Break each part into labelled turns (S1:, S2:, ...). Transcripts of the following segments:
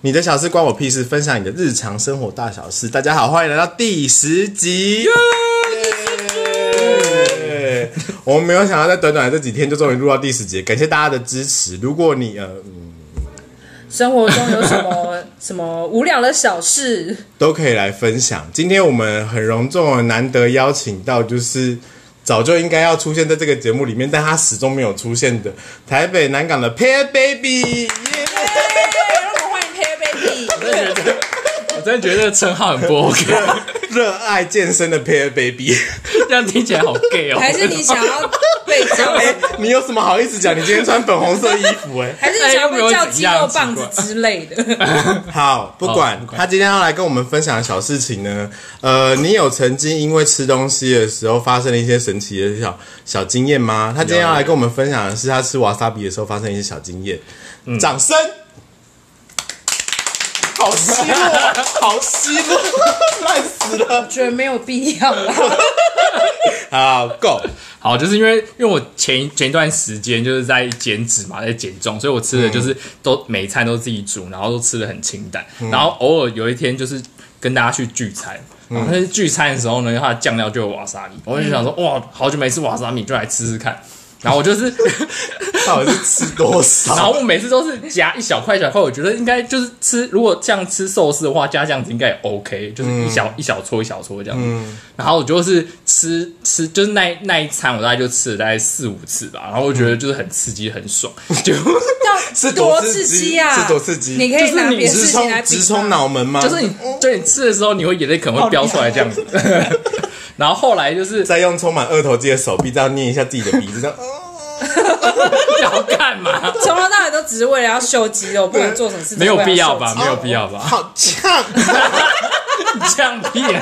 S1: 你的小事关我屁事，分享你的日常生活大小事。大家好，欢迎来到第十集。耶我们没有想到在短短的这几天就终于录到第十集，感谢大家的支持。如果你呃嗯
S2: 生活中有什么什么无聊的小事，
S1: 都可以来分享，今天我们很隆重地难得邀请到就是。早就应该要出现在这个节目里面，但他始终没有出现的台北南港的 Pair Baby，耶
S2: 让我们欢迎 Pair Baby。
S3: 我真的觉得这个称号很不 OK，
S1: 热爱健身的 Pair Baby。
S3: 这样听起来好 gay 哦。
S2: 还是你想要被叫，
S1: 哎、你有什么好意思讲？你今天穿粉红色衣服、哎，
S2: 还是你想要被叫肌肉棒子之类的？
S1: 好，不管、
S3: 哦不管
S1: 他今天要来跟我们分享的小事情呢，呃，你有曾经因为吃东西的时候发生了一些神奇的小小经验吗？他今天要来跟我们分享的是他吃瓦萨比的时候发生一些小经验，掌声。嗯好奚落，好奚落， 烂死了！
S2: 我觉得没有必要啦。
S1: 好，Go，
S3: 好，就是因为因为我前一前一段时间就是在减脂嘛，在减重，所以我吃的就是都每一餐都自己煮，然后都吃的很清淡，然后偶尔有一天就是跟大家去聚餐。然后但是聚餐的时候呢，它的酱料就有瓦萨米，我就想说，哇，好久没吃瓦萨米，就来吃吃看。然后我就是，
S1: 到底是吃多
S3: 然后
S1: 少？
S3: 我每次都是夹一小块一小块，我觉得应该就是吃，如果这样吃寿司的话，加这样子应该也 OK，就是一小、一小撮一小撮这样子。然后我就是吃吃，就是那一那一餐我大概就吃了大概四五次吧，然后我觉得就是很刺激很爽，就
S2: 到
S1: 是
S2: 多
S1: 多
S2: 刺
S1: 刺激
S2: 激啊！
S1: 是多刺激
S2: 你可以拿别的
S1: 直
S2: 事情来
S1: 冲
S2: 比
S1: 直冲脑门吗？
S3: 就是你就你吃的时候，你会眼泪可能会飙出来这样子。 然后后来就是
S1: 再用充满二头肌的手臂这样捏一下自己的鼻子，这样。
S3: 要干嘛？
S2: 从头到尾都只是为了要秀肌肉，不管做什么事都
S3: 没
S2: 是
S3: 有
S2: 为了
S3: 必要
S2: 秀
S3: 吧，
S2: 肌
S3: 没 有必要
S1: 呃
S3: 吧，
S1: 好呛！
S3: 这样骗。
S2: 肉？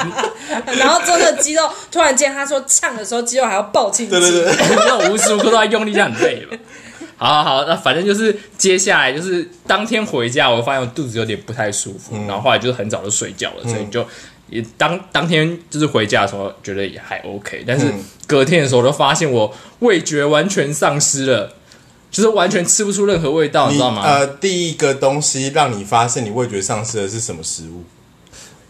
S2: 然后真的肌肉突然间他说呛的时候，肌肉还要爆气。
S1: 对对对，对
S3: 那我无时无刻都在用力，这样很累吧？好好好，那反正就是接下来就是当天回家，我发现我肚子有点不太舒服，然后后来就是很早就睡觉了，所以就也当当天就是回家的时候觉得也还 OK，但是隔天的时候就发现我味觉完全丧失了，就是完全吃不出任何味道，你
S1: 你
S3: 知道吗？
S1: 呃，第一个东西让你发现你味觉丧失的是什么食物？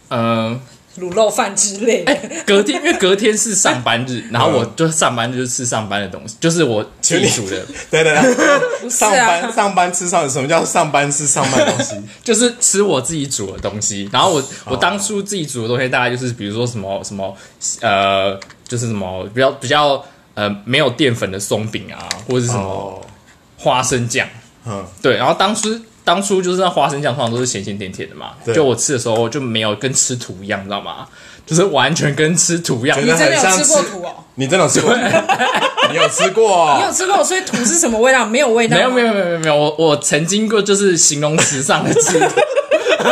S3: 嗯，
S2: 卤肉饭之类的。
S3: 隔天因为隔天是上班日，然后我就上班日就吃上班的东西，就是我自己煮的。
S1: 对对对，
S2: 是
S1: 上
S2: 啊
S1: 班上班吃上什么叫上班吃上班东西？
S3: 就是吃我自己煮的东西。然后我
S1: 哦
S3: 我当初自己煮的东西，大概就是比如说什么什么呃，就是什么比较比较呃没有淀粉的松饼啊，或者是什么
S1: 哦，
S3: 花生酱。
S1: 嗯，
S3: 对，然后当初当初就是那花生酱，通常都是咸咸甜甜的嘛。
S1: 对
S3: 就我吃的时候就没有跟吃土一样，你知道吗？就是完全跟吃 土一样
S1: 觉
S2: 你
S1: 得。
S2: 真的有
S1: 很像
S2: 吃过
S1: 吃
S2: 土哦？
S1: 你真的有吃过？你有吃过
S2: 你有
S1: 哦？
S2: 吃过，所以土是什么味道？没有味道吗。
S3: 没有没有没有没有没有，我我曾经过就是形容词上的吃 土，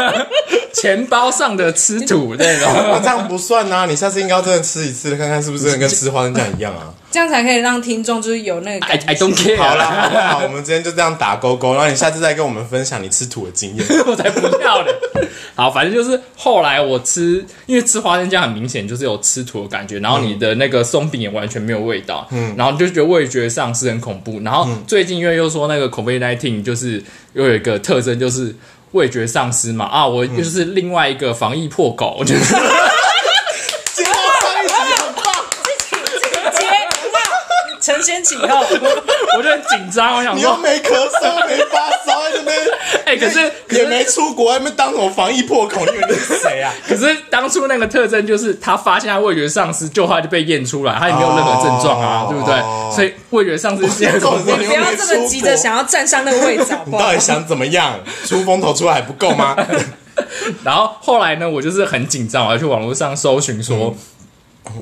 S3: 钱包上的吃 土那种。
S1: 那这样不算啊！你下次应该要真的吃一次，看看是不是真的跟吃花生酱一样 啊？
S2: 这样才可以让听众就是有那个
S3: I
S2: 感觉。
S3: I don't care。
S1: 好啦，好啦，我们今天就这样打勾勾，然后你下次再跟我们分享你吃土的经 验。
S3: 我才不 要嘞！好，反正就是后来我吃，因为吃花生酱很明显就是有吃土的感觉，然后你的那个松饼也完全没有味道，嗯，然后你就觉得味觉丧失很恐怖。然后
S1: 嗯
S3: 最近因为又说那个 COVID nineteen 就是又有一个特征就是味觉丧失嘛，啊，我就是另外一个防疫破口，我觉得
S1: 嗯今天上一集很棒
S2: 接哇，承先启后，
S3: 我就很紧张，我想
S1: 你又
S3: 说，
S1: 没咳嗽，没发烧，在那边。
S3: 哎、可是可
S1: 也
S3: 是
S1: 没出国，还没当什么防疫破口，你以为你是谁啊？
S3: 可是当初那个特征就是他发现他味觉丧失，就他就被验出来，他也没有任何症状啊，
S1: 哦
S3: 对不对？所以味觉丧失是这样的
S1: 我知道
S2: 不要这么急着想要站上那个位置，好
S1: 你
S2: 不
S1: 到
S2: 好
S1: 底？想怎么样？ 出风头出来还不够吗？
S3: 然后后来呢，我就是很紧张，我要去网络上搜寻说，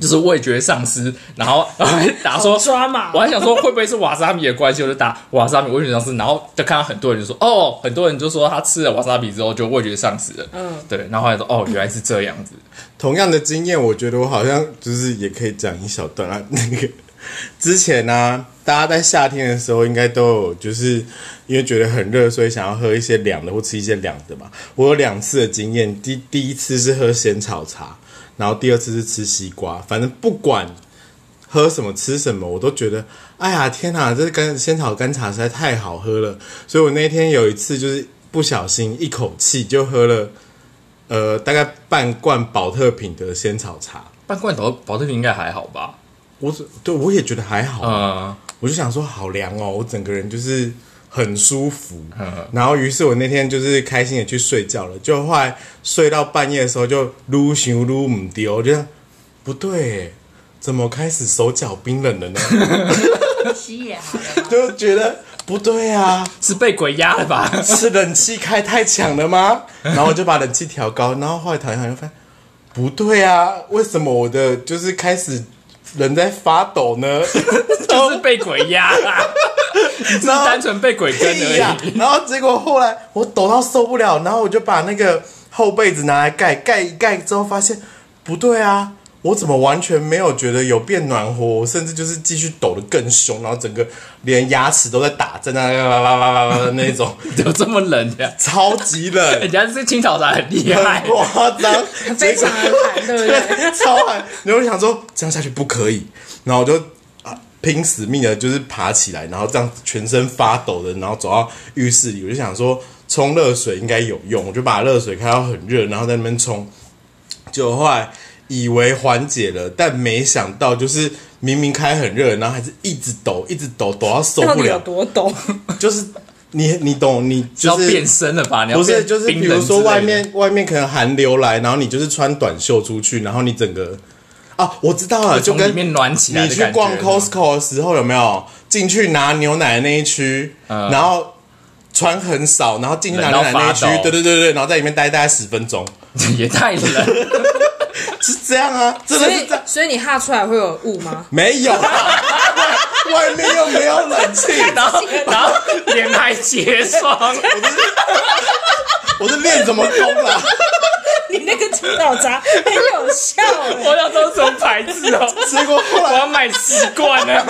S3: 就是味觉丧失，然后然后还打说
S2: 抓马
S3: 我，还想说会不会是瓦萨米的关系，我就打瓦萨米味觉丧失，然后就看到很多人就说哦，很多人就说他吃了瓦萨米之后就味觉丧失了，嗯，对，然后后来说哦，原来是这样 子，
S1: 同样的经验，我觉得我好像就是也可以讲一小段啊。那个之前呢、 大家在夏天的时候应该都有，就是因为觉得很热，所以想要喝一些凉的或吃一些凉的嘛。我有两次的经验，第第一次是喝仙草茶，然后第二次是吃西瓜，反正不管喝什么吃什么，我都觉得，哎呀天哪，这干仙草干茶实在太好喝了。所以我那天有一次就是不小心一口气就喝了呃大概半罐保特瓶的仙草茶。
S3: 半罐保保特瓶应该还好吧？
S1: 我只对我也觉得还好，
S3: 嗯，
S1: 我就想说好凉哦，我整个人就是很舒服。然后于是我那天就是开心的去睡觉了，就后来睡到半夜的时候就撸行撸唔丢，我就想不对，怎么开始手脚冰冷了呢？
S4: 吸也
S2: 啊
S4: 好了，
S1: 就觉得不对啊，
S3: 是被鬼压了 吧？
S1: 是冷气开太强了 吗？然后我就把冷气调高，然后后来调一调就发现不对啊，为什么我的就是开始人在发抖 呢？
S3: 就是被鬼 压啦，只是单纯被鬼跟
S1: 屁呀
S3: 而已。
S1: 然后结果后来我抖到受不了，然后我就把那个厚被子拿来盖，盖一盖之后发现不对啊，我怎么完全没有觉得有变暖和？我甚至就是继续抖得更凶，然后整个连牙齿都在打震啊，啦啦啦啦啦啦那种，
S3: 怎么这么冷呀？
S1: 超级冷
S3: 人。家是青草茶很厉害
S1: 很，夸张，
S2: 非常
S1: 结果
S2: 寒，对不对？
S1: 对，超寒。然后我想说这样下去不可以，然后我就、啊拼死命的，就是爬起来，然后这样全身发抖的，然后走到浴室里，我就想说冲热水应该有用，我就把热水开到很热，然后在那边冲。就后来以为缓解了，但没想到就是明明开很热，然后还是一直抖，一直抖，抖到 受
S2: 到
S1: 不
S2: 底有
S1: 了。
S2: 多懂？
S1: 就是你你懂，你
S3: 是要
S1: 就是
S3: 变身了吧？你要
S1: 不是，
S3: 变
S1: 就是
S3: 冰
S1: 比
S3: 人
S1: 如
S3: 之类
S1: 说
S3: 的
S1: 外面外面可能寒流来，然后你就是穿短袖出去，然后你整个啊，我知道了，就
S3: 从里
S1: 跟
S3: 面暖起来
S1: 你
S3: 的
S1: 去
S3: 感觉
S1: 逛 Costco 的时候有没有进去拿牛奶的那一区，
S3: 嗯
S1: 然后穿很少，然后进去拿牛奶那一区
S3: 冷到发，抖
S1: 对对对对，然后在里面待大概十分钟，
S3: 也太冷 了，
S1: 是这样啊，真的
S2: 所
S1: 是
S2: 以
S1: 这样，
S2: 所以你哈出来会有 雾吗？
S1: 没有啊， 外外面又没有冷气，
S3: 然后然后脸还结霜，
S1: 我是练什么功啊啦？
S2: 你那个土豆渣很有效哎、
S3: 我要都是什么牌子哦？
S1: 结果后
S3: 我
S1: 来
S3: 要买十罐呢。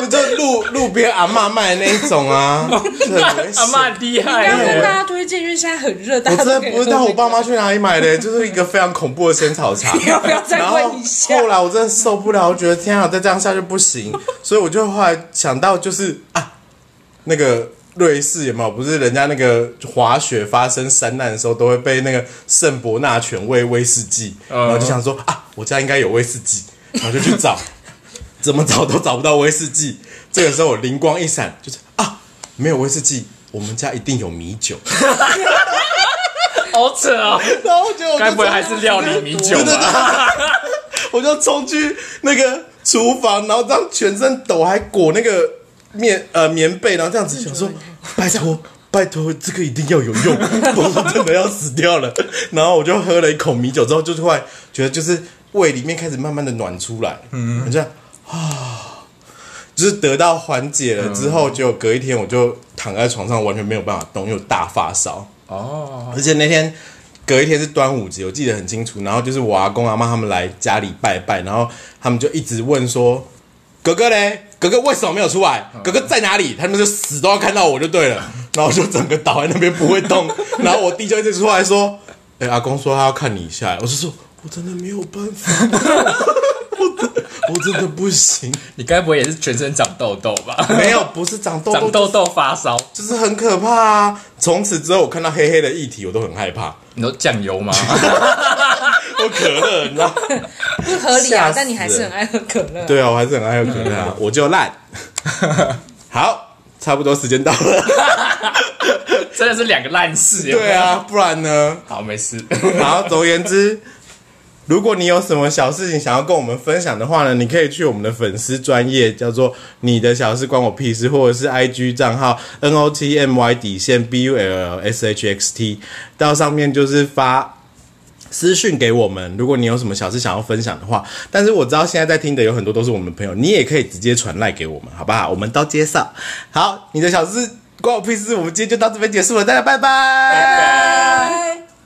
S1: 那就路路边阿嬷卖的那一种啊，很危
S3: 阿
S1: 险
S3: 妈厉害
S2: 要跟大
S3: 耶，
S2: 家推荐，因为现在很热，大
S1: 哎我
S2: 家
S1: 真的
S2: 都可以
S1: 不知道
S2: 喝
S1: 我
S2: 这个
S1: 爸妈去哪里买的，就是一个非常恐怖的仙草茶。
S2: 你 要不要再
S1: 然后
S2: 问一下？
S1: 后来我真的受不了，我觉得天啊，再这样下去不行，所以我就后来想到就是啊，那个瑞士有没有？不是人家那个滑雪发生山难的时候，都会被那个圣伯纳犬喂威士忌，
S3: 嗯
S1: 然后就想说啊，我家应该有威士忌，然后就去找，怎么找都找不到威士忌。这个时候我灵光一闪，就是啊，没有威士忌，我们家一定有米酒。
S3: 好扯哦！
S1: 然后结果我就
S3: 该不会还是料理米酒
S1: 对对
S3: 吧？
S1: 我就冲去那个厨房，然后这样全身抖，还裹那个面呃棉被，然后这样子想说，拜托拜托，这个一定要有用， 不然我真的要死掉了。然后我就喝了一口米酒之后，就突然觉得就是胃里面开始慢慢的暖出来，嗯，这样啊。就是得到缓解了之后，结果隔一天我就躺在床上，完全没有办法动，又大发烧。
S3: 哦，
S1: 而且那天隔一天是端午节，我记得很清楚。然后就是我阿公阿妈他们来家里拜拜，然后他们就一直问说：“哥哥嘞，哥哥为什么没有出来？哥哥在哪里？”他们就死都要看到我就对了。然后我就整个倒在那边不会动。 然后我弟就一直出来说：“哎、阿公说他要看你一下。”我就说：“我真的没有办法， 我真我真的不行。
S3: 你该不会也是全身长痘痘吧？
S1: 没有，不是长痘
S3: 长
S1: 痘，
S3: 痘痘发烧，
S1: 就是很可怕啊。从此之后，我看到黑黑的液体，我都很害怕。
S3: 你说酱油吗？
S1: 我可乐，你知道。”
S2: 不合理
S1: 吓
S2: 啊
S1: 死！
S2: 但你还是很爱喝可乐、
S1: 对啊，我还是很爱喝可乐啊，我就烂。 好，差不多时间到了。
S3: 真的是两个烂事。有没有
S1: 对，啊，不然呢？
S3: 好，没事。
S1: 好，总而言之，如果你有什么小事情想要跟我们分享的话呢，你可以去我们的粉丝专业叫做“你的小事关我屁事”，或者是 IG 账号 N O T M Y 底线 B U L L S H X T，到上面就是发。私讯给我们，如果你有什么小事想要分享的话，但是我知道现在在听的有很多都是我们的朋友，你也可以直接传赖给我们，好不好？我们都接受。好，你的小事关我屁事，我们今天就到这边结束了，大家拜拜
S3: 拜。